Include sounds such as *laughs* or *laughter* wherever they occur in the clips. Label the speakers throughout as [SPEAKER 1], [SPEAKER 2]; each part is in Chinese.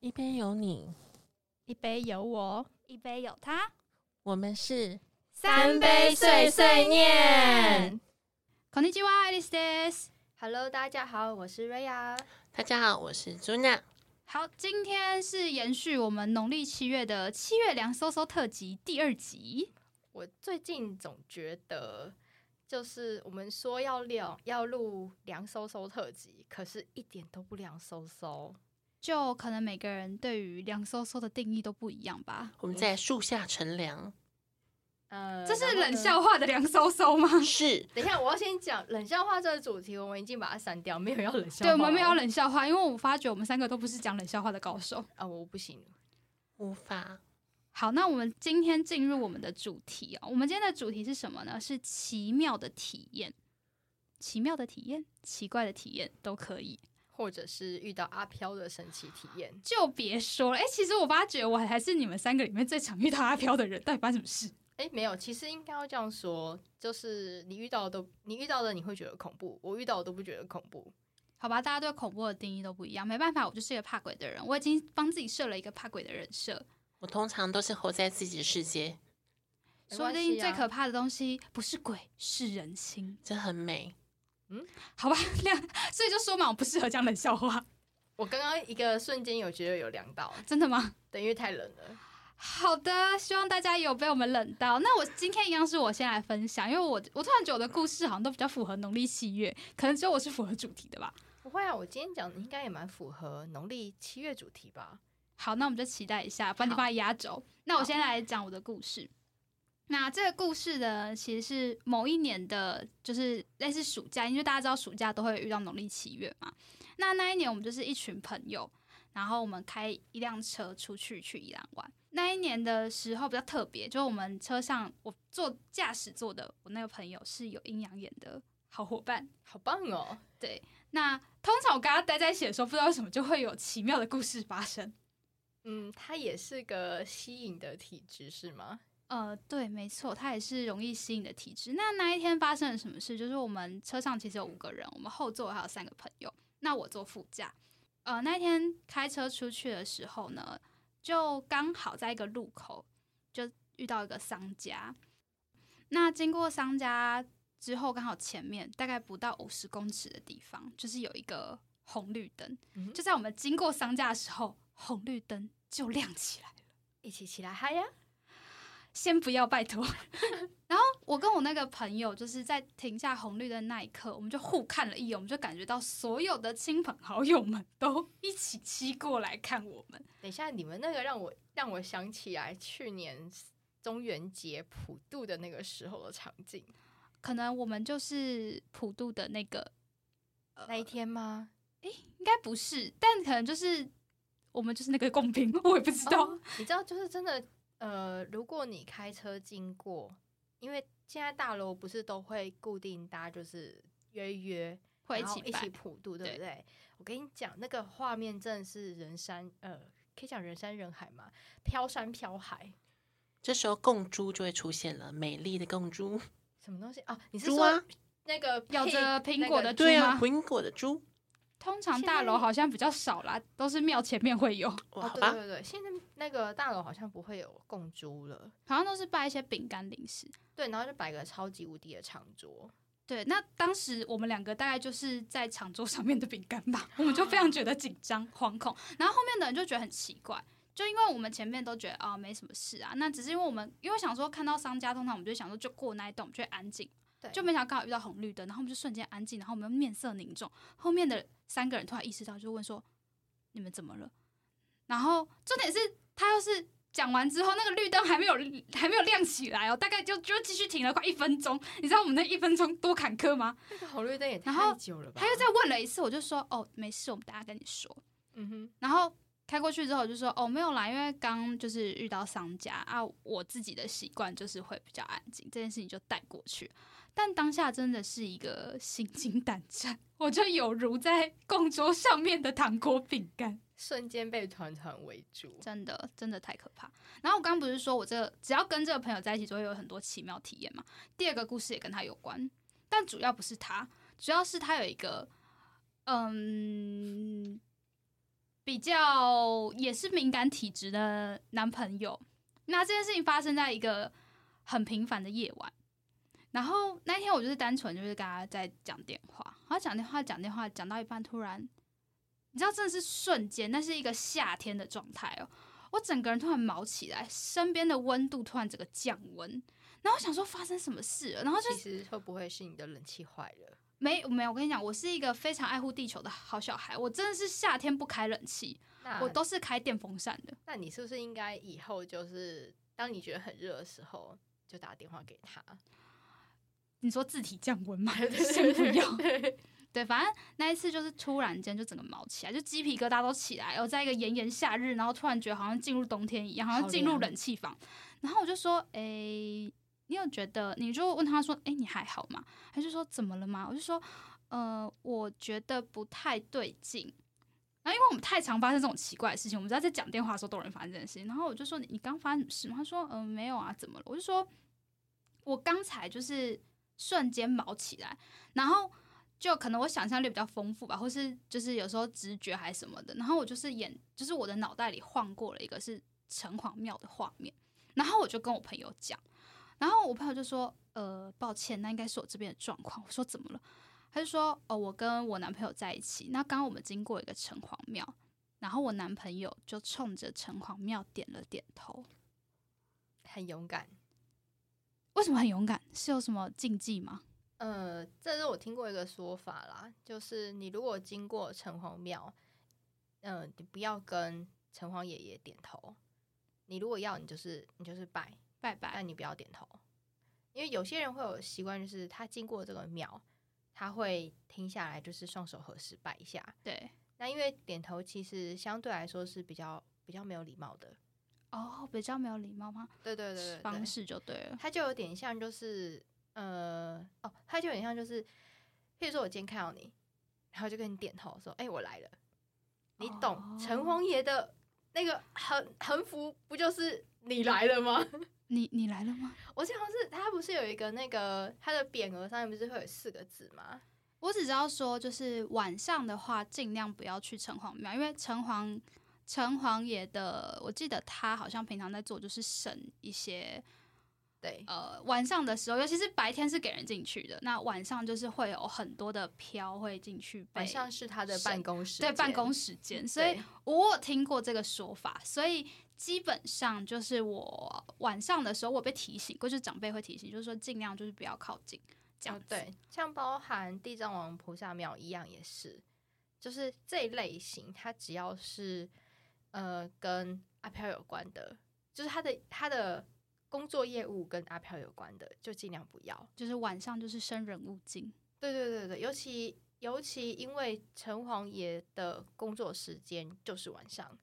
[SPEAKER 1] 一边有你，
[SPEAKER 2] 一杯有我，
[SPEAKER 3] 一杯有他，
[SPEAKER 1] 我们是
[SPEAKER 2] 三杯碎碎念。こんにちは、アリスです。
[SPEAKER 4] Hello，大家好，我是瑞亚。
[SPEAKER 1] 大家好，我是朱娜。
[SPEAKER 2] 好，今天是延续我们农历七月的七月凉飕飕特辑第二集。
[SPEAKER 4] 我最近总觉得，就是我们说要聊要录凉飕飕特辑，可是一点都不凉飕飕。
[SPEAKER 2] 就可能每个人对于凉飕飕的定义都不一样吧。
[SPEAKER 1] 我们在树下乘凉，
[SPEAKER 4] 呃，
[SPEAKER 2] 这是
[SPEAKER 4] 然后呢
[SPEAKER 2] 冷。笑话的凉飕飕吗？
[SPEAKER 1] 是
[SPEAKER 4] 等一下，我要先讲冷笑话这个主题，我们已经把它删掉，没有要冷笑话。哦
[SPEAKER 2] 对，我们没有冷笑话，因为我发觉我们三个都不是讲冷笑话的高手。
[SPEAKER 4] 啊，我不行。
[SPEAKER 1] 无法
[SPEAKER 2] 好，那我们今天进入我们的主题哦。我们今天的主题是什么呢？是奇妙的体验，奇妙的体验，奇怪的体验都可以。
[SPEAKER 4] 或者是遇到阿飘的神奇体验，
[SPEAKER 2] 就别说了，哎、其实我发觉我还是你们三个里面最常遇到阿飘的人，到底发生什么事？
[SPEAKER 4] 哎，没有，其实应该要这样说，就是你遇到的都，你遇到的你会觉得恐怖，我遇到的都不觉得恐怖。
[SPEAKER 2] 好吧，大家对恐怖的定义都不一样，没办法，我就是一个怕鬼的人，我已经帮自己设了一个怕鬼的人设。
[SPEAKER 1] 我通常都是活在自己的世界，
[SPEAKER 2] 说
[SPEAKER 4] 没
[SPEAKER 2] 不
[SPEAKER 4] 关
[SPEAKER 2] 定
[SPEAKER 4] 系
[SPEAKER 2] 最
[SPEAKER 4] 啊
[SPEAKER 2] 可怕的东西不是鬼，是人心。
[SPEAKER 1] 这很美。
[SPEAKER 2] 好吧， *laughs* 那样所以就说嘛，我不适合讲冷笑话，
[SPEAKER 4] 我刚刚一个瞬间有觉得有凉到，
[SPEAKER 2] 真的吗？
[SPEAKER 4] 对，因为太冷了。
[SPEAKER 2] 好的，希望大家有被我们冷到。那我今天一样是我先来分享，因为我我突然觉得我的故事好像都比较符合农历七月，可能只有我是符合主题的吧。
[SPEAKER 4] 不会啊，我今天讲的应该也蛮符合农历七月主题吧？
[SPEAKER 2] 好，那我们就期待一下，把你放在压轴。那我先来讲我的故事。那这个故事呢，其实是某一年的，就是类似暑假，因为大家知道暑假都会遇到农历七月嘛。那那一年我们就是一群朋友，然后我们开一辆车出去去宜兰玩。那一年的时候比较特别，就是我们车上我坐驾驶座的我那个朋友是有阴阳眼的好伙伴。
[SPEAKER 4] 好棒哦！
[SPEAKER 2] 对，那通常我跟他待在一起的时候，不知道为什么就会有奇妙的故事发生。
[SPEAKER 4] 嗯，它也是个吸引的体质是吗？
[SPEAKER 2] 呃，对，没错，它也是容易吸引的体质。那那一天发生了什么事？就是我们车上其实有五个人，我们后座还有三个朋友，那我坐副驾。呃，那一天开车出去的时候呢，就刚好在一个路口就遇到一个商家。那经过商家之后，刚好前面大概不到五十公尺的地方，就是有一个红绿灯。
[SPEAKER 4] 嗯哼
[SPEAKER 2] 就在我们经过商家的时候，红绿灯就亮起来。
[SPEAKER 4] 一起起来嗨呀！
[SPEAKER 2] 先不要，拜托。 *laughs* 然后我跟我那个朋友，就是在停下红绿的那一刻，我们就互看了一眼，我们就感觉到所有的亲朋好友们都一起七过来看我们。
[SPEAKER 4] 等一下，你们那个让我让我想起来去年中元节普渡的那个时候的场景，
[SPEAKER 2] 可能我们就是普渡的那个，
[SPEAKER 4] 那一天吗？
[SPEAKER 2] 应该不是，但可能就是我们就是那个贡品，我也不知道。
[SPEAKER 4] 哦你知道，就是真的，呃，如果你开车经过，因为现在大楼不是都会固定大家就是约一约，
[SPEAKER 2] 会一
[SPEAKER 4] 然后
[SPEAKER 2] 起
[SPEAKER 4] 一
[SPEAKER 2] 拜
[SPEAKER 4] 起普渡，对
[SPEAKER 2] 对
[SPEAKER 4] 不对？我跟你讲，那个画面真的是人山，呃，可以讲人山人海嘛，飘山飘海，
[SPEAKER 1] 这时候贡珠就会出现了，美丽的贡珠，
[SPEAKER 4] 什么东西啊？你是
[SPEAKER 1] 猪
[SPEAKER 4] 说、
[SPEAKER 1] 啊，
[SPEAKER 4] 那个
[SPEAKER 2] 咬
[SPEAKER 4] 屁
[SPEAKER 2] 着苹果的
[SPEAKER 4] 那个
[SPEAKER 2] 猪
[SPEAKER 1] 对啊，
[SPEAKER 2] 吗？
[SPEAKER 1] 苹果的猪，
[SPEAKER 2] 通常大楼好像比较少啦，都是庙前面会有，
[SPEAKER 1] 哇，
[SPEAKER 4] 哦，
[SPEAKER 1] 好
[SPEAKER 4] 对
[SPEAKER 1] 吧，
[SPEAKER 4] 对对，现在那个大楼好像不会有供猪了，
[SPEAKER 2] 好像都是拜一些饼干零食。
[SPEAKER 4] 对，然后就摆个超级无敌的长桌，
[SPEAKER 2] 对，那当时我们两个大概就是在长桌上面的饼干吧，我们就非常觉得紧张、惶恐，然后后面的人就觉得很奇怪，就因为我们前面都觉得啊、没什么事啊，那只是因为我们因为想说看到商家，通常我们就想说就过那一栋，我们就会安静，
[SPEAKER 4] 对，
[SPEAKER 2] 就没想到刚好遇到红绿灯，然后我们就瞬间安静，然后我们面色凝重，后面的三个人突然意识到，就问说你们怎么了？然后重点是他要是。讲完之后，那个绿灯还没有还没有亮起来哦，大概就就继续停了快一分钟。你知道我们那一分钟多坎坷吗？
[SPEAKER 4] 那个红绿灯也
[SPEAKER 2] 然后
[SPEAKER 4] 太久了吧？
[SPEAKER 2] 他又再问了一次，我就说哦，没事，我们等下跟你说。
[SPEAKER 4] 嗯哼，
[SPEAKER 2] 然后开过去之后，我就说哦，没有啦，因为刚就是遇到商家啊，我自己的习惯就是会比较安静，这件事情就带过去。但当下真的是一个心惊胆战，我就有如在供桌上面的糖果饼干，
[SPEAKER 4] 瞬间被团团围住，
[SPEAKER 2] 真的真的太可怕。然后我刚刚不是说我这个只要跟这个朋友在一起，就会有很多奇妙体验嘛。第二个故事也跟他有关，但主要不是他，主要是他有一个嗯比较也是敏感体质的男朋友。那这件事情发生在一个很平凡的夜晚，然后那天我就是单纯就是跟他在讲电话，然后讲电话讲电话讲到一半，突然你知道真的是瞬间，那是一个夏天的状态哦，我整个人突然毛起来，身边的温度突然整个降温，然后我想说发生什么事了，然后就
[SPEAKER 4] 其实会不会是你的冷气坏了？
[SPEAKER 2] 没没有，我跟你讲，我是一个非常爱护地球的好小孩，我真的是夏天不开冷气，
[SPEAKER 4] 那
[SPEAKER 2] 我都是开电风扇的。
[SPEAKER 4] 那你是不是应该以后就是当你觉得很热的时候，就打电话给他？
[SPEAKER 2] 你说自体降温吗
[SPEAKER 4] 对？对
[SPEAKER 2] 先不
[SPEAKER 4] 对
[SPEAKER 2] 要。
[SPEAKER 4] 对
[SPEAKER 2] 对，反正那一次就是突然间就整个毛起来，就鸡皮疙瘩都起来。我在一个炎炎夏日，然后突然觉得好像进入冬天一样，好像
[SPEAKER 4] 好
[SPEAKER 2] 进入
[SPEAKER 4] 凉
[SPEAKER 2] 冷气房。然后我就说：“诶，你有觉得？”你就问他说：“诶，你还好吗？”他就说：“怎么了吗？”我就说：“呃，我觉得不太对劲。”然后因为我们太常发生这种奇怪的事情，我们只要在讲电话的时候都有人发生这件事情。然后我就说：“你你刚发生什么事吗？”他说：“嗯、没有啊，怎么了？”我就说：“我刚才就是瞬间毛起来，然后就可能我想象力比较丰富吧，或是就是有时候直觉还什么的，然后我就是眼就是我的脑袋里晃过了一个是城隍庙的画面，然后我就跟我朋友讲，然后我朋友就说呃抱歉，那应该是我这边的状况，我说怎么了？他就说哦我跟我男朋友在一起，那刚刚我们经过一个城隍庙，然后我男朋友就冲着城隍庙点了点头，
[SPEAKER 4] *laughs* 很勇敢。
[SPEAKER 2] 为什么很勇敢？是有什么禁忌吗？
[SPEAKER 4] 呃，这是我听过一个说法啦，就是你如果经过城隍庙，嗯、你不要跟城隍爷爷点头。你如果要，你就是你就是拜，
[SPEAKER 2] 拜拜，
[SPEAKER 4] 但你不要点头，因为有些人会有习惯，就是他经过这个庙，他会停下来，就是双手合十拜一下。
[SPEAKER 2] 对
[SPEAKER 4] 那因为点头其实相对来说是比较比较没有礼貌的，
[SPEAKER 2] 哦比较没有礼貌吗？
[SPEAKER 4] 对对对对对
[SPEAKER 2] 方，式就对了。
[SPEAKER 4] 它就有点像就是呃哦，它就有点像就是，譬如说我今天看到你，然后就跟你点头说，哎、我来了，你懂城
[SPEAKER 2] 哦
[SPEAKER 4] 隍爷的那个横横幅不就是你来了吗？
[SPEAKER 2] 你你来了吗？
[SPEAKER 4] 我记得好像是它不是有一个那个它的匾额上面不是会有四个字吗？
[SPEAKER 2] 我只知道说，就是晚上的话，尽量不要去城隍庙，因为城隍城隍爷的，我记得他好像平常在做就是省一些
[SPEAKER 4] 对，
[SPEAKER 2] 呃晚上的时候，尤其是白天是给人进去的，那晚上就是会有很多的飘会进去被，
[SPEAKER 4] 晚上是他的
[SPEAKER 2] 神
[SPEAKER 4] 办公室，
[SPEAKER 2] 对办公
[SPEAKER 4] 室，
[SPEAKER 2] 时间，所以
[SPEAKER 4] 对
[SPEAKER 2] 我有听过这个说法，所以基本上就是我晚上的时候，我被提醒过，就是长辈会提醒，就是说尽量就是不要靠近这样
[SPEAKER 4] 哦
[SPEAKER 2] 子、
[SPEAKER 4] 对，像包含地藏王菩萨庙一样也是，就是这一类型，它只要是呃跟阿飘有关的，就是他的他的工作业务跟阿飘有关的，就尽量不要。
[SPEAKER 2] 就是晚上就是生人勿近。
[SPEAKER 4] 对对对对，尤其尤其因为城隍爷的工作时间就是晚上，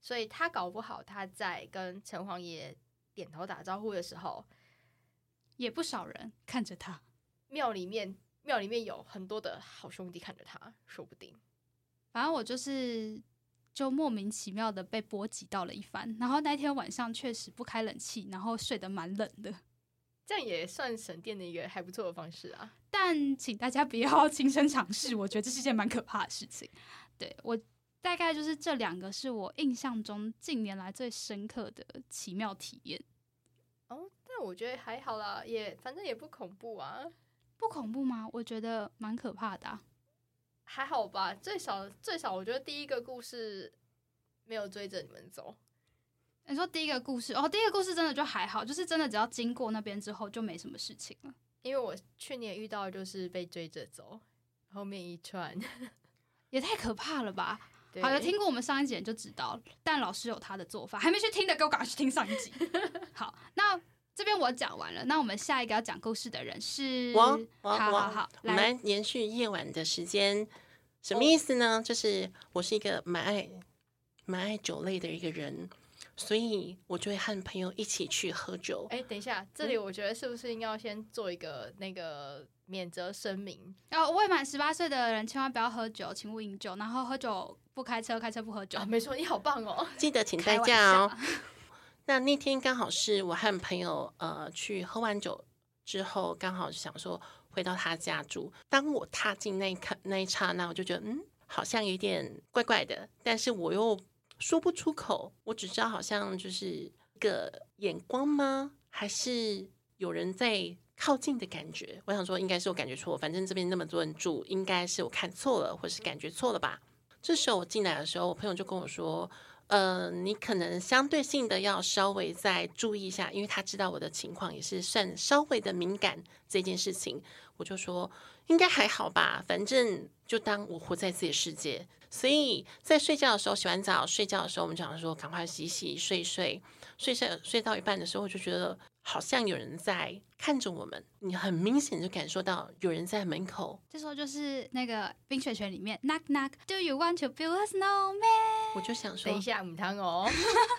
[SPEAKER 4] 所以他搞不好他在跟城隍爷点头打招呼的时候，
[SPEAKER 2] 也不少人看着他。
[SPEAKER 4] 庙里面庙里面有很多的好兄弟看着他，说不定。
[SPEAKER 2] 反正我就是就莫名其妙的被波及到了一番，然后那天晚上确实不开冷气，然后睡得蛮冷的。
[SPEAKER 4] 这样也算省电的一个还不错的方式啊。
[SPEAKER 2] 但请大家不要 *laughs* 亲身尝试，我觉得这是一件蛮可怕的事情。对我大概就是这两个是我印象中近年来最深刻的奇妙体验，
[SPEAKER 4] 哦，但我觉得还好啦，也反正也不恐怖啊，
[SPEAKER 2] 不恐怖吗？我觉得蛮可怕的、啊。
[SPEAKER 4] 还好吧。最少最少，我觉得第一个故事没有追着你们走。
[SPEAKER 2] 你说第一个故事哦，第一个故事真的就还好，就是真的只要经过那边之后就没什么事情了。
[SPEAKER 4] 因为我去年遇到的就是被追着走，后面一串。
[SPEAKER 2] 也太可怕了吧！
[SPEAKER 4] 对
[SPEAKER 2] 好的，听过我们上一集的人就知道，但老师有他的做法，还没去听的，给我赶快去听上一集。好，那这边我讲完了，那我们下一个要讲故事的人是
[SPEAKER 1] 我我
[SPEAKER 2] 嗯好
[SPEAKER 1] 我
[SPEAKER 2] 好好，
[SPEAKER 1] 我们
[SPEAKER 2] 来，
[SPEAKER 1] 来延续夜晚的时间，什么意思呢？就是我是一个蛮爱蛮爱酒类的一个人，所以我就会和朋友一起去喝酒。
[SPEAKER 4] 哎，等一下，这里
[SPEAKER 2] 嗯
[SPEAKER 4] 我觉得是不是应该要先做一个那个免责声明？
[SPEAKER 2] 然后未满十八岁的人千万不要喝酒，请勿饮酒，然后喝酒不开车，开车不喝酒
[SPEAKER 4] 啊，。没错，你好棒哦！
[SPEAKER 1] 记得请代
[SPEAKER 2] 开玩
[SPEAKER 1] 驾
[SPEAKER 2] 笑
[SPEAKER 1] 哦。 *laughs* 那那天刚好是我和朋友呃去喝完酒之后，刚好想说回到他家住。当我踏进那一刻那一刹那，我就觉得嗯，好像有点怪怪的，但是我又说不出口，我只知道好像就是一个眼光吗？还是有人在靠近的感觉？我想说应该是我感觉错，反正这边那么多人住，应该是我看错了，或是感觉错了吧。这时候我进来的时候，我朋友就跟我说：“呃，你可能相对性的要稍微再注意一下，因为他知道我的情况也是算稍微的敏感这件事情。”我就说：“应该还好吧，反正就当我活在自己的世界。”所以在睡觉的时候，洗完澡睡觉的时候，我们讲说赶快洗洗睡睡，睡睡睡到一半的时候，我就觉得好像有人在看着我们，你很明显就感受到有人在门口
[SPEAKER 2] 这时候就是那个《冰雪犬》里面 knock knock Do you want to build a snowman？
[SPEAKER 1] 我就想说
[SPEAKER 4] 等一，下，母汤
[SPEAKER 2] *laughs*
[SPEAKER 4] 哦，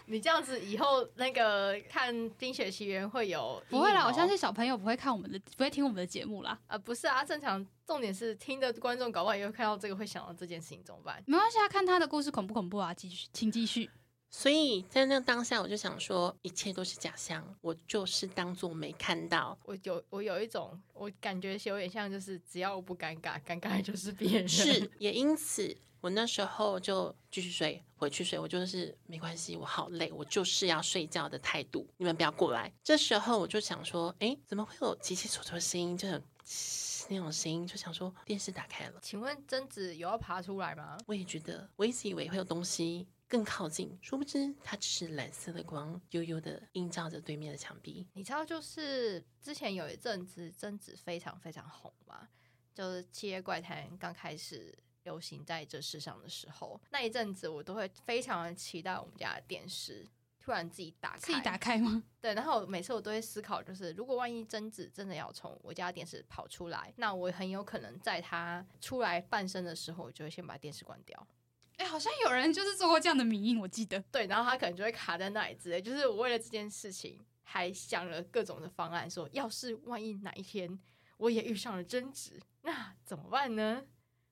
[SPEAKER 4] 你这样子以后那个看《冰雪奇缘》会有
[SPEAKER 2] 不会
[SPEAKER 4] 阴影
[SPEAKER 2] 啦，
[SPEAKER 4] 哦
[SPEAKER 2] 我相信小朋友不会看我们的，不会听我们的节目啦。
[SPEAKER 4] 啊，不是啊，正常。重点是听的观众搞不好也会看到这个，会想到这件事情怎么办？
[SPEAKER 2] 没关系啊，看他的故事恐不恐怖啊？继续，请继续。
[SPEAKER 1] 所以在那当下，我就想说，一切都是假象，我就是当做没看到。
[SPEAKER 4] 我有我有一种，我感觉有点像，就是只要我不尴尬，尴尬的就是别人。
[SPEAKER 1] 是，也因此，我那时候就继续睡，回去睡。我就是没关系，我好累，我就是要睡觉的态度。你们不要过来。这时候我就想说，诶，怎么会有急急戳戳的声音？就很嘶那种声音，就想说电视打开了。
[SPEAKER 4] *laughs* 请问贞子有要爬出来吗？
[SPEAKER 1] 我也觉得，我一直以为会有东西更靠近，殊不知它只是蓝色的光，悠悠的映照着对面的墙壁。
[SPEAKER 4] 你知道，就是之前有一阵子贞子非常非常红嘛，就是《七夜怪谈》刚开始流行在这世上的时候，那一阵子我都会非常的期待我们家的电视突然自己打开，
[SPEAKER 2] 自己打开吗？
[SPEAKER 4] 对，然后每次我都会思考，就是如果万一贞子真的要从我家电视跑出来，那我很有可能在她出来半身的时候，我就会先把电视关掉。
[SPEAKER 2] 哎、好像有人就是做过这样的迷因，我记得。
[SPEAKER 4] 对，然后她可能就会卡在那里之类。就是我为了这件事情，还想了各种的方案，说要是万一哪一天我也遇上了贞子，那怎么办呢？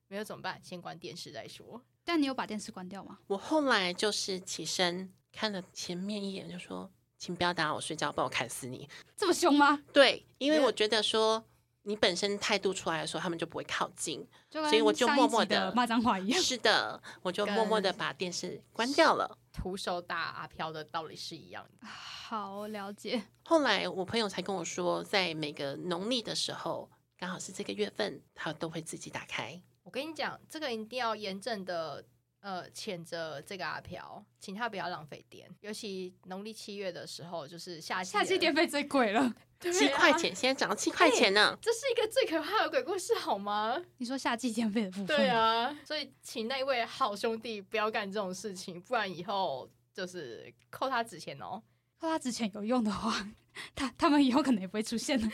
[SPEAKER 4] 没有怎么办，先关电视再说。
[SPEAKER 2] 但你有把电视关掉吗？
[SPEAKER 1] 我后来就是起身看了前面一眼，就说：“请不要打扰我睡觉，不然我砍死你。
[SPEAKER 2] 这么凶吗？”
[SPEAKER 1] 对，因为
[SPEAKER 4] 因为
[SPEAKER 1] 我觉得说你本身态度出来的时候，他们就不会靠近。
[SPEAKER 2] 就跟
[SPEAKER 1] 所以我就
[SPEAKER 2] 上一集
[SPEAKER 1] 默默地
[SPEAKER 2] 的骂脏话一
[SPEAKER 1] *laughs*
[SPEAKER 2] 样。
[SPEAKER 1] 是的，我就默默的把电视关掉了。
[SPEAKER 4] 徒手打阿飘的道理是一样的。
[SPEAKER 2] *laughs* 好了解，
[SPEAKER 1] 后来我朋友才跟我说，在每个农历的时候，刚好是这个月份，他都会自己打开。
[SPEAKER 4] 我跟你讲，这个一定要严正的呃谴责这个阿飘，请他不要浪费电，尤其农历七月的时候，就是夏季
[SPEAKER 2] 下期
[SPEAKER 4] 的
[SPEAKER 2] 电费最贵了。
[SPEAKER 4] 对
[SPEAKER 1] 七块
[SPEAKER 4] 啊
[SPEAKER 1] 钱，现在涨到七块钱呢。
[SPEAKER 4] 这是一个最可怕的鬼故事，好吗？
[SPEAKER 2] 你说夏季电费 *laughs* 的部分？
[SPEAKER 4] 对，啊，所以请那位好兄弟不要干这种事情，不然以后就是扣他纸钱哦。
[SPEAKER 2] 如果他之前有用的话，他他们以后可能也不会出现了。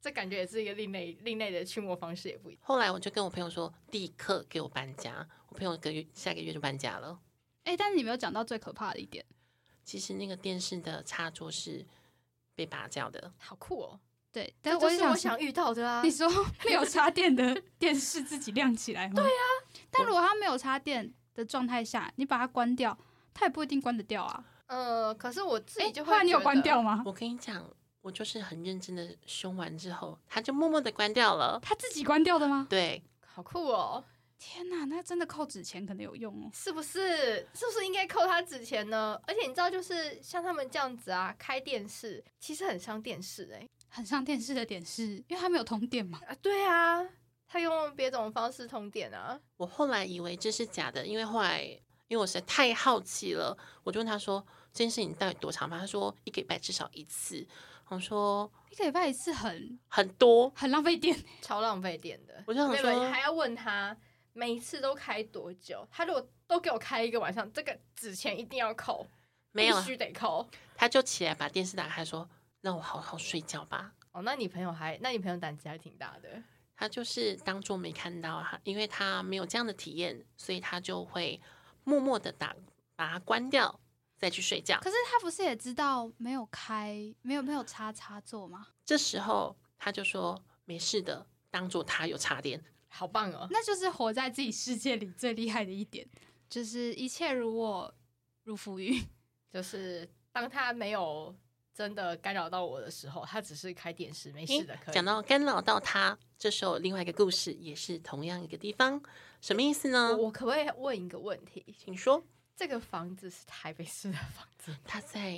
[SPEAKER 4] 这感觉也是一个另类另类的驱魔方式，也不一定。
[SPEAKER 1] 后来我就跟我朋友说，立刻给我搬家。我朋友个月下个月就搬家了。
[SPEAKER 2] 哎、但是你没有讲到最可怕的一点，
[SPEAKER 1] 其实那个电视的插座是被拔掉的，
[SPEAKER 4] 好酷哦！
[SPEAKER 2] 对，
[SPEAKER 4] 这
[SPEAKER 2] 但
[SPEAKER 4] 就
[SPEAKER 2] 哎也
[SPEAKER 4] 是我
[SPEAKER 2] 想
[SPEAKER 4] 想遇到的啊
[SPEAKER 2] 你。说没有插电 *laughs* 的电视自己亮起来吗？对啊，但如果它没有插电的状态下，你把它关掉，它也不一定关得掉啊。
[SPEAKER 4] 呃，可是我自己
[SPEAKER 2] 哎，
[SPEAKER 4] 就
[SPEAKER 2] 后
[SPEAKER 4] 会、
[SPEAKER 2] 来你有关掉？吗？
[SPEAKER 1] 我跟你讲，我就是很认真的凶完之后，他就默默的关掉了。
[SPEAKER 2] 它自己关掉的吗？
[SPEAKER 1] 对，
[SPEAKER 4] 好酷哦！
[SPEAKER 2] 天哪，那真的扣纸钱可能有用哦。
[SPEAKER 4] 是不是？是不是应该扣他纸钱呢？而且你知道，就是像他们这样子啊，开电视其实很伤电视哎、
[SPEAKER 2] 很像电视的点是，因为它没有通电嘛。
[SPEAKER 4] 啊，对啊，他用别种方式通电啊。
[SPEAKER 1] 我后来以为这是假的，因为后来因为我实在太好奇了，我就问他说这件事情到底多长吗？他说一个礼拜至少一次。我说
[SPEAKER 2] 一个礼拜一次很
[SPEAKER 1] 很多，
[SPEAKER 2] 很浪费电，
[SPEAKER 4] 超浪费电的。
[SPEAKER 1] 我就想
[SPEAKER 4] 没有
[SPEAKER 1] 说
[SPEAKER 4] 还要问他每一次都开多久？他如果都给我开一个晚上，这个纸钱一定要扣，
[SPEAKER 1] 没有啊
[SPEAKER 4] 必，须得扣。
[SPEAKER 1] 他就起来把电视打开说让我好好睡觉吧。
[SPEAKER 4] 哦，那你朋友还，那你朋友胆子还挺大的。
[SPEAKER 1] 他就是当做没看到哈，因为他没有这样的体验，所以他就会默默的打把它关掉，再去睡觉。
[SPEAKER 2] 可是他不是也知道没有开，没有没有插插座吗？
[SPEAKER 1] 这时候他就说没事的，当做他有插电。
[SPEAKER 4] 好棒哦！
[SPEAKER 2] 那就是活在自己世界里最厉害的一点，就是一切如我如浮云。 *laughs*
[SPEAKER 4] 就是当他没有真的干扰到我的时候，他只是开电视，没
[SPEAKER 1] 诶
[SPEAKER 4] 事的。可以
[SPEAKER 1] 讲到干扰到他，这时候另外一个故事也是同样一个地方，什么意思呢
[SPEAKER 4] 我，？我可不可以问一个问题？
[SPEAKER 1] 请说。
[SPEAKER 4] 这个房子是台北市的房子，
[SPEAKER 1] 他在，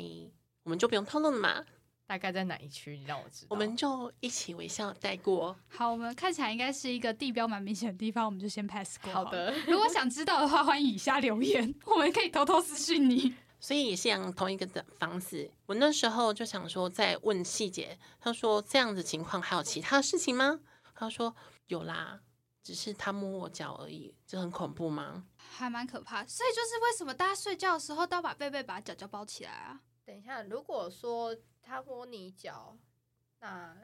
[SPEAKER 1] 我们就不用透露了嘛，
[SPEAKER 4] 大概在哪一区？你让我知道。
[SPEAKER 1] 我们就一起微笑带过。
[SPEAKER 2] 好，我们看起来应该是一个地标蛮明显的地方，我们就先 pass 过。
[SPEAKER 4] 好，的，
[SPEAKER 2] 如果想知道的话，欢迎以下留言，我们可以偷偷私讯你。
[SPEAKER 1] 所以也是养同一个的房子。我那时候就想说，再问细节。他说这样的情况还有其他事情吗？他说有啦，只是他摸我脚而已，这很恐怖吗？
[SPEAKER 2] 还蛮可怕，所以就是为什么大家睡觉的时候都要把被被、把脚脚包起来啊？
[SPEAKER 4] 等一下，如果说他摸你脚，那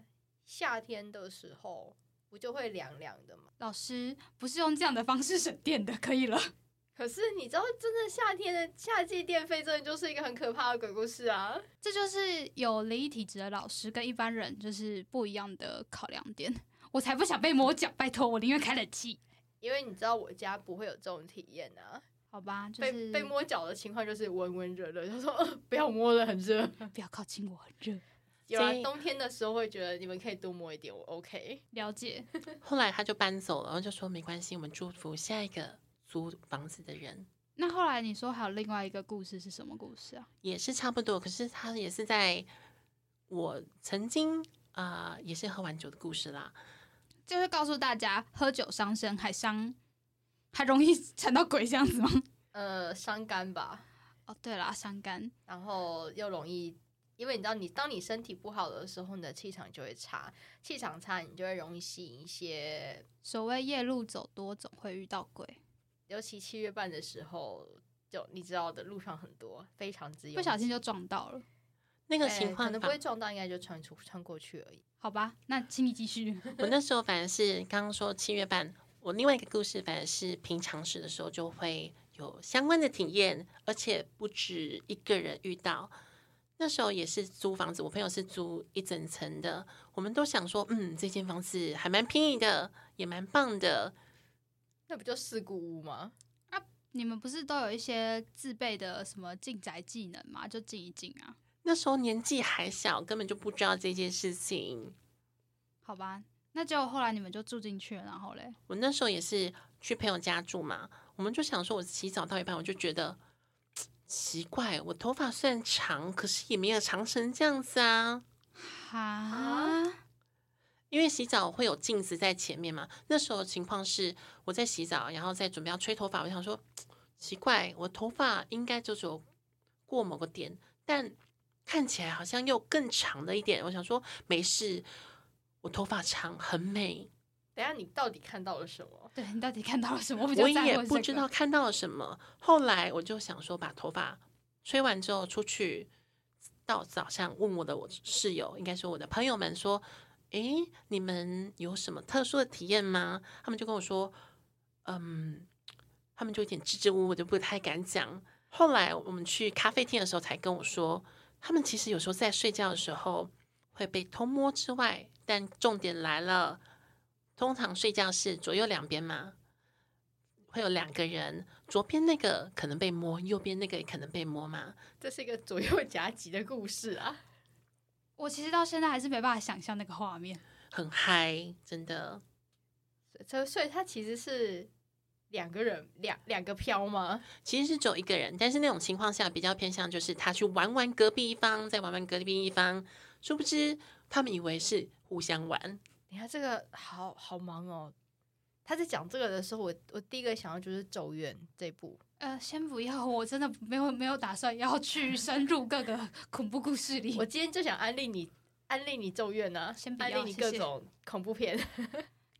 [SPEAKER 4] 夏天的时候不就会凉凉的吗？
[SPEAKER 2] 老师不是用这样的方式省电的，可以了。
[SPEAKER 4] 可是你知道，真的夏天的夏季电费真的就是一个很可怕的鬼故事啊！
[SPEAKER 2] *laughs* 这就是有灵异体质的老师跟一般人就是不一样的考量点。我才不想被摸脚，拜托，我宁愿开冷气。
[SPEAKER 4] 因为你知道我家不会有这种体验啊，
[SPEAKER 2] 好吧，就
[SPEAKER 4] 被
[SPEAKER 2] 是
[SPEAKER 4] 被摸脚的情况就是温温热热，他说、呃、不要摸了，很热。
[SPEAKER 2] *laughs* 不要靠近我，很热。
[SPEAKER 4] 有啊
[SPEAKER 1] 所以，
[SPEAKER 4] 冬天的时候会觉得你们可以多摸一点，我 OK。
[SPEAKER 2] 了解，
[SPEAKER 1] 后来他就搬走了，然后就说没关系，我们祝福下一个租房子的人。
[SPEAKER 2] 那后来你说还有另外一个故事是什么故事啊？
[SPEAKER 1] 也是差不多，可是他也是在我曾经啊、呃也是喝完酒的故事啦。
[SPEAKER 2] 就是告诉大家，喝酒伤身，还伤，还容易缠到鬼这样子吗？
[SPEAKER 4] 呃，伤肝吧，
[SPEAKER 2] *laughs* 哦，对啦，伤肝。
[SPEAKER 4] 然后又容易，因为你知道你，当你身体不好的时候，你的气场就会差，气场差，你就会容易吸引一些，
[SPEAKER 2] 所谓夜路走多，总会遇到鬼。
[SPEAKER 4] 尤其七月半的时候，就你知道的，路上很多，非常之拥
[SPEAKER 2] 不小心
[SPEAKER 4] 挤
[SPEAKER 2] 就撞到了。
[SPEAKER 1] 那个
[SPEAKER 4] 哎
[SPEAKER 1] 情况
[SPEAKER 4] 可能不
[SPEAKER 1] 反
[SPEAKER 4] 会撞到，应该就穿出穿过去而已。
[SPEAKER 2] 好吧，那请你继续。
[SPEAKER 1] 我那时候反而是刚刚说七月半，我另外一个故事反而是平常时的时候就会有相关的体验，而且不止一个人遇到。那时候也是租房子，我朋友是租一整层的，我们都想说，嗯，这间房子还蛮便宜的，也蛮棒的。
[SPEAKER 4] 那不就事故屋吗？
[SPEAKER 2] 你们不是都有一些自备的什么进宅技能吗？就进一进啊，
[SPEAKER 1] 那时候年纪还小，根本就不知道这件事情。
[SPEAKER 2] 好吧？那结果后来你们就住进去了，然后嘞，
[SPEAKER 1] 我那时候也是去朋友家住嘛，我们就想说，我洗澡到一半，我就觉得奇怪，我头发虽然长，可是也没有长成这样子啊。
[SPEAKER 4] 啊
[SPEAKER 2] 哈，
[SPEAKER 1] 因为洗澡会有镜子在前面嘛，那时候的情况是我在洗澡，然后在准备要吹头发，我想说奇怪，我头发应该就只有过某个点，但看起来好像又更长了一点。我想说没事，我头发长很美，
[SPEAKER 4] 等一下你到底看到了什么？
[SPEAKER 2] 对你到底看到了什么？我比较
[SPEAKER 1] 我
[SPEAKER 2] 在乎
[SPEAKER 1] 也
[SPEAKER 2] 是
[SPEAKER 1] 不
[SPEAKER 2] 这
[SPEAKER 1] 知
[SPEAKER 2] 个
[SPEAKER 1] 道看到了什么。后来我就想说，把头发吹完之后出去，到早上问我的我室友，应该说我的朋友们说：“诶，你们有什么特殊的体验吗？”他们就跟我说：“嗯，他们就有点支支吾吾，就不太敢讲。”后来我们去咖啡厅的时候，才跟我说，他们其实有时候在睡觉的时候会被偷摸之外，但重点来了，通常睡觉是左右两边嘛，会有两个人，左边那个可能被摸，右边那个也可能被摸嘛。
[SPEAKER 4] 这是一个左右夹击的故事啊！
[SPEAKER 2] 我其实到现在还是没办法想象那个画面。
[SPEAKER 1] 很嗨，真的。
[SPEAKER 4] 所以所以它其实是两个人两两个飘吗？
[SPEAKER 1] 其实是只有一个人，但是那种情况下比较偏向就是他去玩玩隔壁一方，再玩玩隔壁一方，殊不知他们以为是互相玩。
[SPEAKER 4] 你看这个好好忙哦。他在讲这个的时候，我我第一个想到就是《咒怨》这部，
[SPEAKER 2] 呃，先不要，我真的没有没有打算要去深入各个恐怖故事里
[SPEAKER 4] 我。今天就想安利你，安利你《咒怨》啊，
[SPEAKER 2] 先不要
[SPEAKER 4] 安利你
[SPEAKER 2] 谢谢
[SPEAKER 4] 各种恐怖片。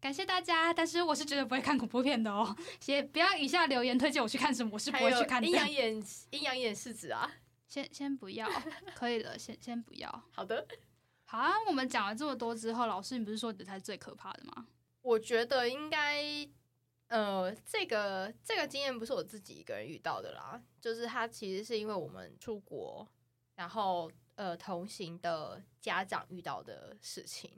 [SPEAKER 2] 感谢大家，但是我是绝对不会看恐怖片的哦。也不要以下留言推荐我去看什么，我是不
[SPEAKER 4] 还
[SPEAKER 2] 会
[SPEAKER 4] 有
[SPEAKER 2] 去看的
[SPEAKER 4] 阴。阳眼》《阴阳眼》世子啊。
[SPEAKER 2] 先先不要，哦可以了，先先不要。
[SPEAKER 4] 好的，
[SPEAKER 2] 好啊，我们讲了这么多之后，老师，你不是说你才是最可怕的吗？
[SPEAKER 4] 我觉得应该，呃，这个这个经验不是我自己一个人遇到的啦，就是他其实是因为我们出国，然后呃同行的家长遇到的事情。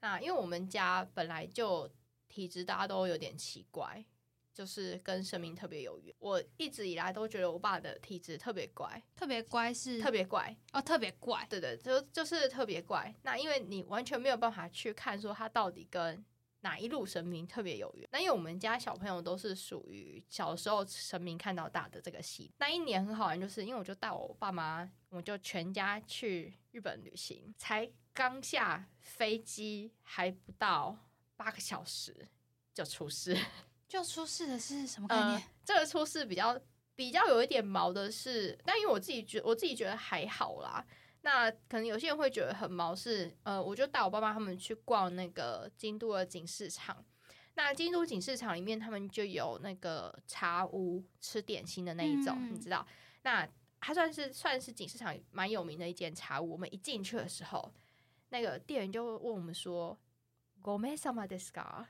[SPEAKER 4] 那因为我们家本来就体质大家都有点奇怪，就是跟神明特别有缘。我一直以来都觉得我爸的体质特别怪，
[SPEAKER 2] 特别乖是
[SPEAKER 4] 特别怪，
[SPEAKER 2] 哦，特别怪，
[SPEAKER 4] 对对，就就是特别怪。那因为你完全没有办法去看说他到底跟哪一路神明特别有缘。那因为我们家小朋友都是属于小时候神明看到大的这个系。那一年很好玩，就是因为我就带我爸妈，我就全家去日本旅行，才刚下飞机还不到八个小时就出事。
[SPEAKER 2] 就出事的是什么概
[SPEAKER 4] 呃
[SPEAKER 2] 念？，
[SPEAKER 4] 这个出事比较比较有一点毛的是，但因为我自己觉我自己觉得还好啦。那可能有些人会觉得很毛是，呃，我就带我爸妈他们去逛那个京都的景市场。那京都景市场里面，他们就有那个茶屋吃点心的那一种，
[SPEAKER 2] 嗯
[SPEAKER 4] 你知道？那它算是算是景市场蛮有名的一间茶屋。我们一进去的时候，那个店员就问我们说ごめんさまですか？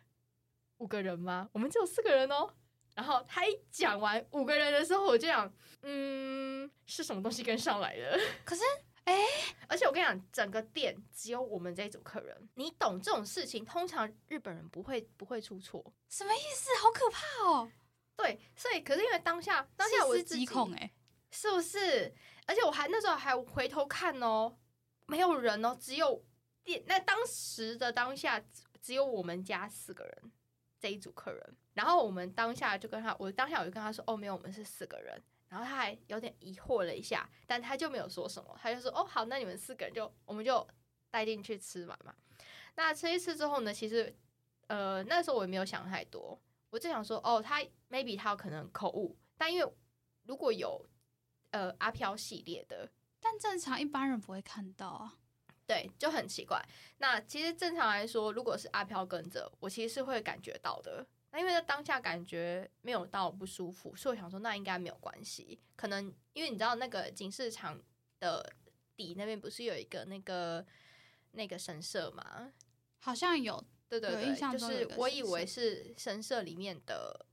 [SPEAKER 4] 五个人吗？我们只有四个人哦。然后他一讲完五个人的时候，我就想，嗯，是什么东西跟上来 *laughs* 的？
[SPEAKER 2] 可是哎
[SPEAKER 4] *laughs* 而且我跟你讲，整个店只有我们这一组客人，你懂这种事情，通常日本人不会不会出错。
[SPEAKER 2] 什么意思？好可怕哦！
[SPEAKER 4] 对，所以可是因为当下当下我
[SPEAKER 2] 细
[SPEAKER 4] 是
[SPEAKER 2] 思极恐哎、
[SPEAKER 4] 是不是？而且我还那时候还回头看哦，没有人哦，只有店。那当时的当下，只只有我们家四个人这一组客人。然后我们当下就跟他，我当下我就跟他说：“哦，没有，我们是四个人。”然后他还有点疑惑了一下，但他就没有说什么，他就说：“哦，好，那你们四个人就我们就带进去吃嘛嘛。”那吃一吃之后呢，其实呃那时候我也没有想太多，我就想说：“哦，他 maybe 他有可能口误，但因为如果有呃阿飘系列的，
[SPEAKER 2] 但正常一般人不会看到啊。
[SPEAKER 4] 对，就很奇怪。那其实正常来说，如果是阿飘跟着，我其实是会感觉到的。那因为在当下感觉没有到不舒服，所以我想说那应该没有关系。可能因为你知道那个警市场的底那边不是有一个那个那个神社吗？
[SPEAKER 2] 好像有
[SPEAKER 4] 对对
[SPEAKER 2] 有印象
[SPEAKER 4] 对，就
[SPEAKER 2] 中有一
[SPEAKER 4] 是
[SPEAKER 2] 个
[SPEAKER 4] 我
[SPEAKER 2] 神
[SPEAKER 4] 以为
[SPEAKER 2] 社
[SPEAKER 4] 是神社里面的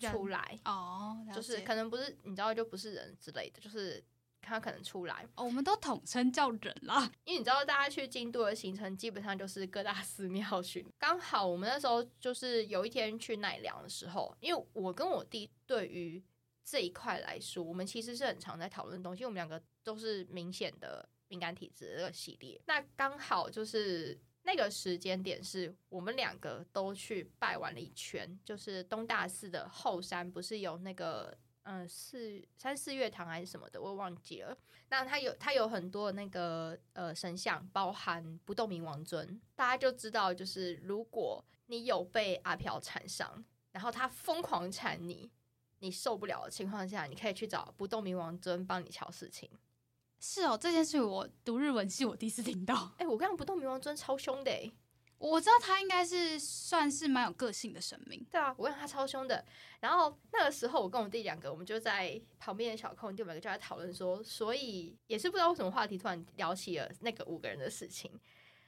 [SPEAKER 2] 人
[SPEAKER 4] 出来，
[SPEAKER 2] 哦，了
[SPEAKER 4] 就是
[SPEAKER 2] 解
[SPEAKER 4] 可能不是你知道就不是人之类的，就是他可能出来。
[SPEAKER 2] 哦我们都统称叫人啦。
[SPEAKER 4] 因为你知道，大家去京都的行程基本上就是各大 *laughs* 寺庙巡。刚好我们那时候就是有一天去奈良的时候，因为我跟我弟对于这一块来说，我们其实是很常在讨论的东西。因为我们两个都是明显的敏感体质的这个系列。那刚好就是那个时间点，是我们两个都去拜完了一圈，就是东大寺的后山，不是有那个。嗯，四三四月堂还是什么的，我也忘记了。那它有它有很多那个呃神像，包含不动明王尊，大家就知道，就是如果你有被阿飘缠上，然后他疯狂缠你，你受不了的情况下，你可以去找不动明王尊帮你瞧事情。
[SPEAKER 2] 是哦，这件事我读日文系我第一次听到。
[SPEAKER 4] 哎、我刚刚不动明王尊超凶的、欸，
[SPEAKER 2] 我知道他应该是算是蛮有个性的神明，
[SPEAKER 4] 对啊，我跟他超凶的。然后那个时候，我跟我弟两个，我们就在旁边的小空地，我们两个就在讨论说，所以也是不知道为什么话题突然聊起了那个五个人的事情。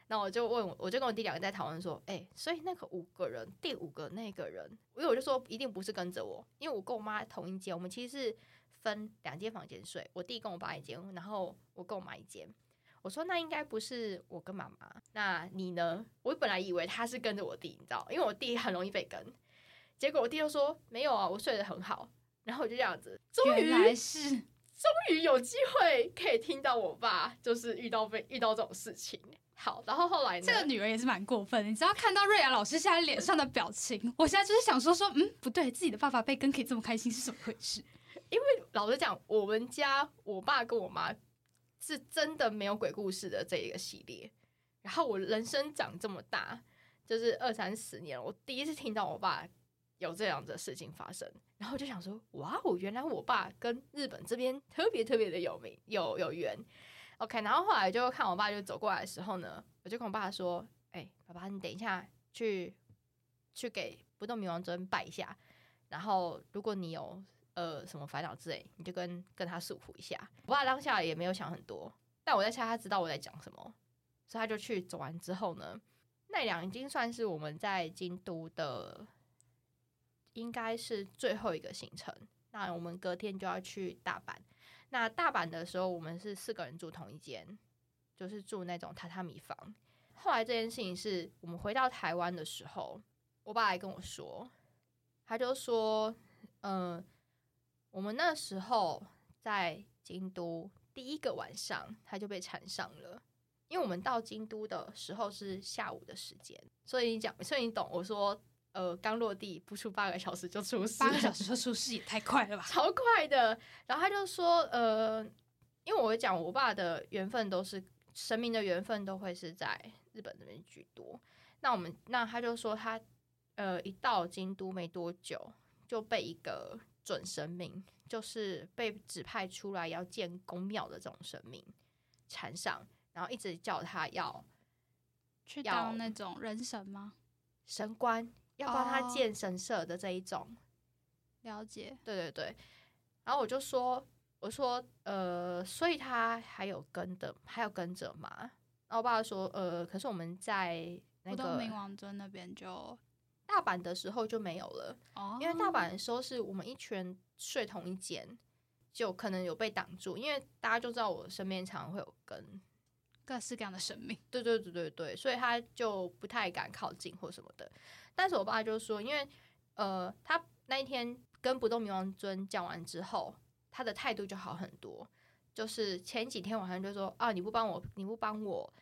[SPEAKER 4] 那我就问我，我就跟我弟两个在讨论说，哎、所以那个五个人，第五个那个人，因为我就说一定不是跟着我，因为我跟我妈同一间，我们其实是分两间房间睡，我弟跟我爸一间，然后我跟我妈一间。我说那应该不是我跟妈妈，那你呢？我本来以为他是跟着我弟，你知道，因为我弟很容易被跟。结果我弟就说没有啊，我睡得很好。然后我就这样子，终于
[SPEAKER 2] 原来是
[SPEAKER 4] 终于有机会可以听到我爸就是遇到被遇到这种事情。好，然后后来呢？
[SPEAKER 2] 这个女人也是蛮过分的。你只要看到瑞雅老师现在脸上的表情，我现在就是想说说，嗯，不对，自己的爸爸被跟可以这么开心是怎么回事？
[SPEAKER 4] 老实讲，我们家我爸跟我妈是真的没有鬼故事的这一个系列。然后我人生长这么大，就是二三十年，我第一次听到我爸有这样的事情发生，然后我就想说，哇哦，原来我爸跟日本这边特别特别的有名有有缘。OK，然后后来就看我爸就走过来的时候呢，我就跟我爸说，哎、爸爸，你等一下去去给不动明王尊拜一下，然后如果你有呃什么烦恼之类，你就跟跟他诉苦一下。我爸当下也没有想很多，但我在猜他知道我在讲什么，所以他就去走完之后呢，奈良已经算是我们在京都的应该是最后一个行程。那我们隔天就要去大阪。那大阪的时候，我们是四个人住同一间，就是住那种榻榻米房。后来这件事情是我们回到台湾的时候，我爸来跟我说，他就说，嗯、我们那时候在京都第一个晚上，他就被缠上了。因为我们到京都的时候是下午的时间，所以你讲，所以你懂我说，呃，刚落地不出八个小时就出事，
[SPEAKER 2] 八个小时就出事也太快了吧？
[SPEAKER 4] 超快的。然后他就说，呃，因为我会讲我爸的缘分都是生命的缘分都会是在日本这边居多。那我们那他就说他呃一到京都没多久就被一个准神明，就是被指派出来要建宫庙的这种神明缠上，然后一直叫他要
[SPEAKER 2] 去
[SPEAKER 4] 要
[SPEAKER 2] 当那种人神吗？
[SPEAKER 4] 神官，要帮他
[SPEAKER 2] 哦
[SPEAKER 4] 建神社的这一种。
[SPEAKER 2] 了解，
[SPEAKER 4] 对对对。然后我就说，我说，呃，所以他还有跟的，还有跟着嘛。然后我爸说，呃，可是我们在那
[SPEAKER 2] 不动
[SPEAKER 4] 个
[SPEAKER 2] 明王尊那边就
[SPEAKER 4] 大阪的时候就没有了，
[SPEAKER 2] 哦，
[SPEAKER 4] 因为大阪的时候是我们一群人睡同一间，就可能有被挡住，因为大家就知道我身边常常会有跟，
[SPEAKER 2] 各式各样的神明，
[SPEAKER 4] 对对对对对，所以他就不太敢靠近或什么的。但是我爸就说，因为呃，他那一天跟不动明王尊讲完之后，他的态度就好很多。就是前几天晚上就说啊，你不帮我，你不帮我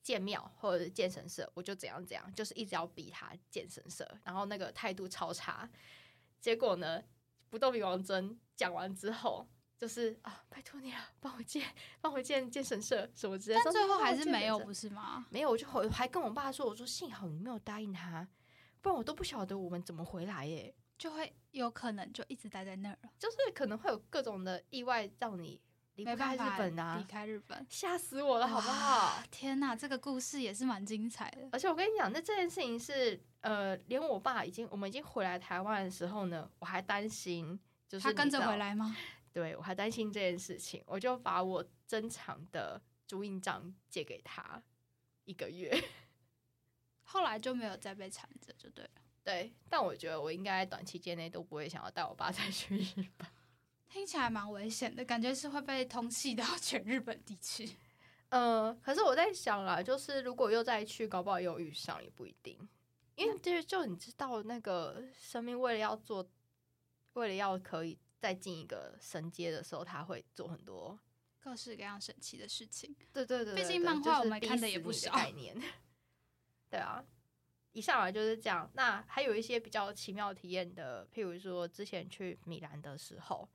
[SPEAKER 4] 建庙或者是建神社，我就怎样怎样，就是一直要逼他建神社，然后那个态度超差。结果呢，不动明王尊讲完之后。就是啊，拜托你了，帮我建，帮我建建神社什么之类的。
[SPEAKER 2] 但最
[SPEAKER 4] 说
[SPEAKER 2] 后还是没有，。
[SPEAKER 4] 帮我建神社
[SPEAKER 2] 不是吗？
[SPEAKER 4] 没有，我就回还跟我爸说，我说幸好你没有答应他，不然我都不晓得我们怎么回来耶。
[SPEAKER 2] 就会有可能就一直待在那儿了，
[SPEAKER 4] 就是可能会有各种的意外让你离
[SPEAKER 2] 没
[SPEAKER 4] 不
[SPEAKER 2] 办
[SPEAKER 4] 开日
[SPEAKER 2] 法
[SPEAKER 4] 本
[SPEAKER 2] 离
[SPEAKER 4] 啊，
[SPEAKER 2] 开啊日本，
[SPEAKER 4] 吓死我了，好不好
[SPEAKER 2] 哇？？天哪，这个故事也是蛮精彩的。
[SPEAKER 4] 而且我跟你讲，那这件事情是呃，连我爸已经我们已经回来台湾的时候呢，我还担心，就是
[SPEAKER 2] 他
[SPEAKER 4] 你
[SPEAKER 2] 跟着
[SPEAKER 4] 知道
[SPEAKER 2] 回，来吗？
[SPEAKER 4] 对我还担心这件事情，我就把我珍藏的朱印章借给他一个月。 *laughs*
[SPEAKER 2] 后来就没有再被缠着，就对了。
[SPEAKER 4] 对，但我觉得我应该短期间内都不会想要带我爸再去日本。
[SPEAKER 2] 听起来蛮危险的，感觉是会被通缉到全日本地区。
[SPEAKER 4] 呃，可是我在想啦，就是如果又再去，搞不好又遇上也不一定，因
[SPEAKER 2] 嗯
[SPEAKER 4] 为就是就你知道，那个生命为了要做，为了要可以再进一个神阶的时候，他会做很多。
[SPEAKER 2] *laughs* 各式各样神奇的事情，
[SPEAKER 4] 对对对
[SPEAKER 2] 毕
[SPEAKER 4] 对
[SPEAKER 2] 竟
[SPEAKER 4] 对
[SPEAKER 2] 漫
[SPEAKER 4] 就
[SPEAKER 2] 画
[SPEAKER 4] 是
[SPEAKER 2] 我们
[SPEAKER 4] 逼
[SPEAKER 2] 看得
[SPEAKER 4] 死
[SPEAKER 2] 也不
[SPEAKER 4] 你
[SPEAKER 2] 少
[SPEAKER 4] 概念。 *laughs* 对啊，一上来就是这样。那还有一些比较奇妙体验的，譬如说之前去米兰的时候，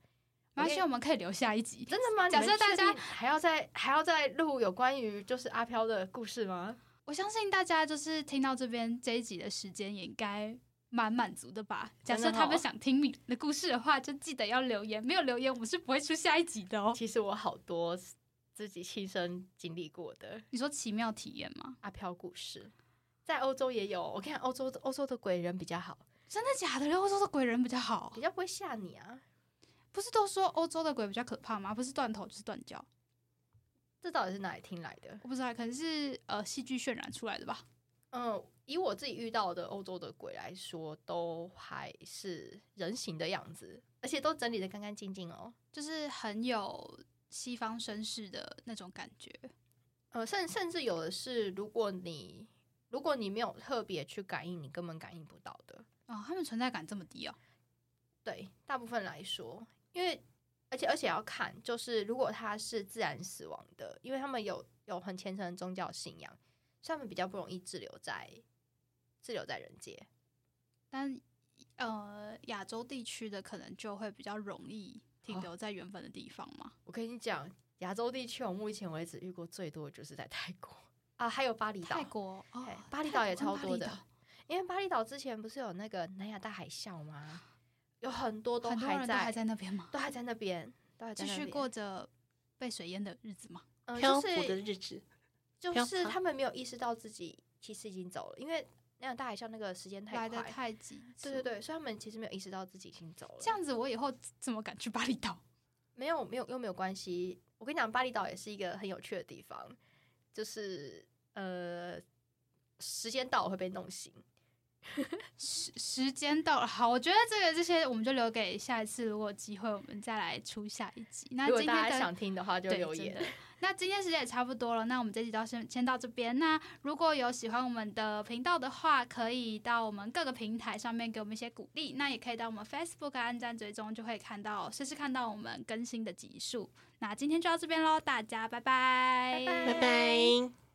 [SPEAKER 2] 没关系，
[SPEAKER 4] 我
[SPEAKER 2] 我们可以留下一集。
[SPEAKER 4] 真的吗？你
[SPEAKER 2] 假
[SPEAKER 4] 们
[SPEAKER 2] 设大
[SPEAKER 4] 确
[SPEAKER 2] 家
[SPEAKER 4] 定还要再还要再录有关于就是阿飘的故事吗？
[SPEAKER 2] 我相信大家就是听到这边这一集的时间也应该蛮满足的吧。假
[SPEAKER 4] 真的
[SPEAKER 2] 设他们
[SPEAKER 4] 哦
[SPEAKER 2] 想听你的故事的话，就记得要留言，没有留言我们是不会出下一集的哦。
[SPEAKER 4] 其实我好多自己亲身经历过的
[SPEAKER 2] 你说奇妙体验吗？
[SPEAKER 4] 阿飘故事，在欧洲也有。我看欧洲欧洲的鬼人比较好，
[SPEAKER 2] 真的假的？欧洲的鬼人比较好
[SPEAKER 4] 比，较不会吓你啊。
[SPEAKER 2] 不是都说欧洲的鬼比较可怕吗？不是断头就是断脚，
[SPEAKER 4] 这到底是哪里听来的？
[SPEAKER 2] 我不知道，可能是呃戏剧渲染出来的吧。
[SPEAKER 4] 嗯，以我自己遇到的欧洲的鬼来说，都还是人形的样子，而且都整理的干干净净哦。
[SPEAKER 2] 就是很有西方绅士的那种感觉。
[SPEAKER 4] 呃，甚甚至有的是，如果你如果你没有特别去感应，你根本感应不到的。
[SPEAKER 2] 哦，他们存在感这么低哦，
[SPEAKER 4] 对，大部分来说，因为而且而且要看，就是如果他是自然死亡的，因为他们有有很虔诚的宗教信仰，所以他们比较不容易滞留在滞留在人界。
[SPEAKER 2] 但呃，亚洲地区的可能就会比较容易停
[SPEAKER 4] 哦
[SPEAKER 2] 留在原本的地方嘛。
[SPEAKER 4] 我跟你讲，亚洲地区我目前为止遇过最多的就是在泰国 *laughs* 啊，还有巴厘岛
[SPEAKER 2] 泰。国哦
[SPEAKER 4] 哎，巴厘岛也
[SPEAKER 2] 泰国
[SPEAKER 4] 超
[SPEAKER 2] 跟
[SPEAKER 4] 多的
[SPEAKER 2] 巴厘岛
[SPEAKER 4] 因为巴厘岛之前不是有那个南亚大海啸吗？有很多都
[SPEAKER 2] 很多
[SPEAKER 4] 还
[SPEAKER 2] 人都
[SPEAKER 4] 在，
[SPEAKER 2] 还在那边 *laughs* 嘛，
[SPEAKER 4] 都还在那边，都还在
[SPEAKER 2] 继
[SPEAKER 4] 那
[SPEAKER 2] 续
[SPEAKER 4] 边
[SPEAKER 2] 过着被水淹的日子嘛。
[SPEAKER 4] 嗯
[SPEAKER 1] 漂
[SPEAKER 4] 就是
[SPEAKER 1] 浮的日子，
[SPEAKER 4] 就
[SPEAKER 1] 飘
[SPEAKER 4] 是
[SPEAKER 1] 飘
[SPEAKER 4] 他们没有意识到自己其实已经走了，因为那样大海啸那个时间太
[SPEAKER 2] 来的
[SPEAKER 4] 快，
[SPEAKER 2] 太急促，
[SPEAKER 4] 对对对，所以他们其实没有意识到自己已经走了。
[SPEAKER 2] 这样子我以后怎么敢去巴厘岛？
[SPEAKER 4] 没有没有又没有关系。我跟你讲，巴厘岛也是一个很有趣的地方，就是呃，时间到我会被弄醒。
[SPEAKER 2] 时时间到了，好，我觉得这个这些我们就留给下一次，如果有机会我们再来出下一集。那
[SPEAKER 4] 如果
[SPEAKER 2] 今
[SPEAKER 4] 大
[SPEAKER 2] 天
[SPEAKER 4] 家
[SPEAKER 2] 的
[SPEAKER 4] 想听的话，就
[SPEAKER 2] 对
[SPEAKER 4] 留
[SPEAKER 2] 真
[SPEAKER 4] 言
[SPEAKER 2] 的。那今天时间也差不多了，那我们这集就先先到这边。那如果有喜欢我们的频道的话，可以到我们各个平台上面给我们一些鼓励，那也可以到我们 Facebook 啊按赞追踪，就会看到随时看到我们更新的集数。那今天就到这边喽，大家拜拜，
[SPEAKER 4] 拜
[SPEAKER 1] 拜拜。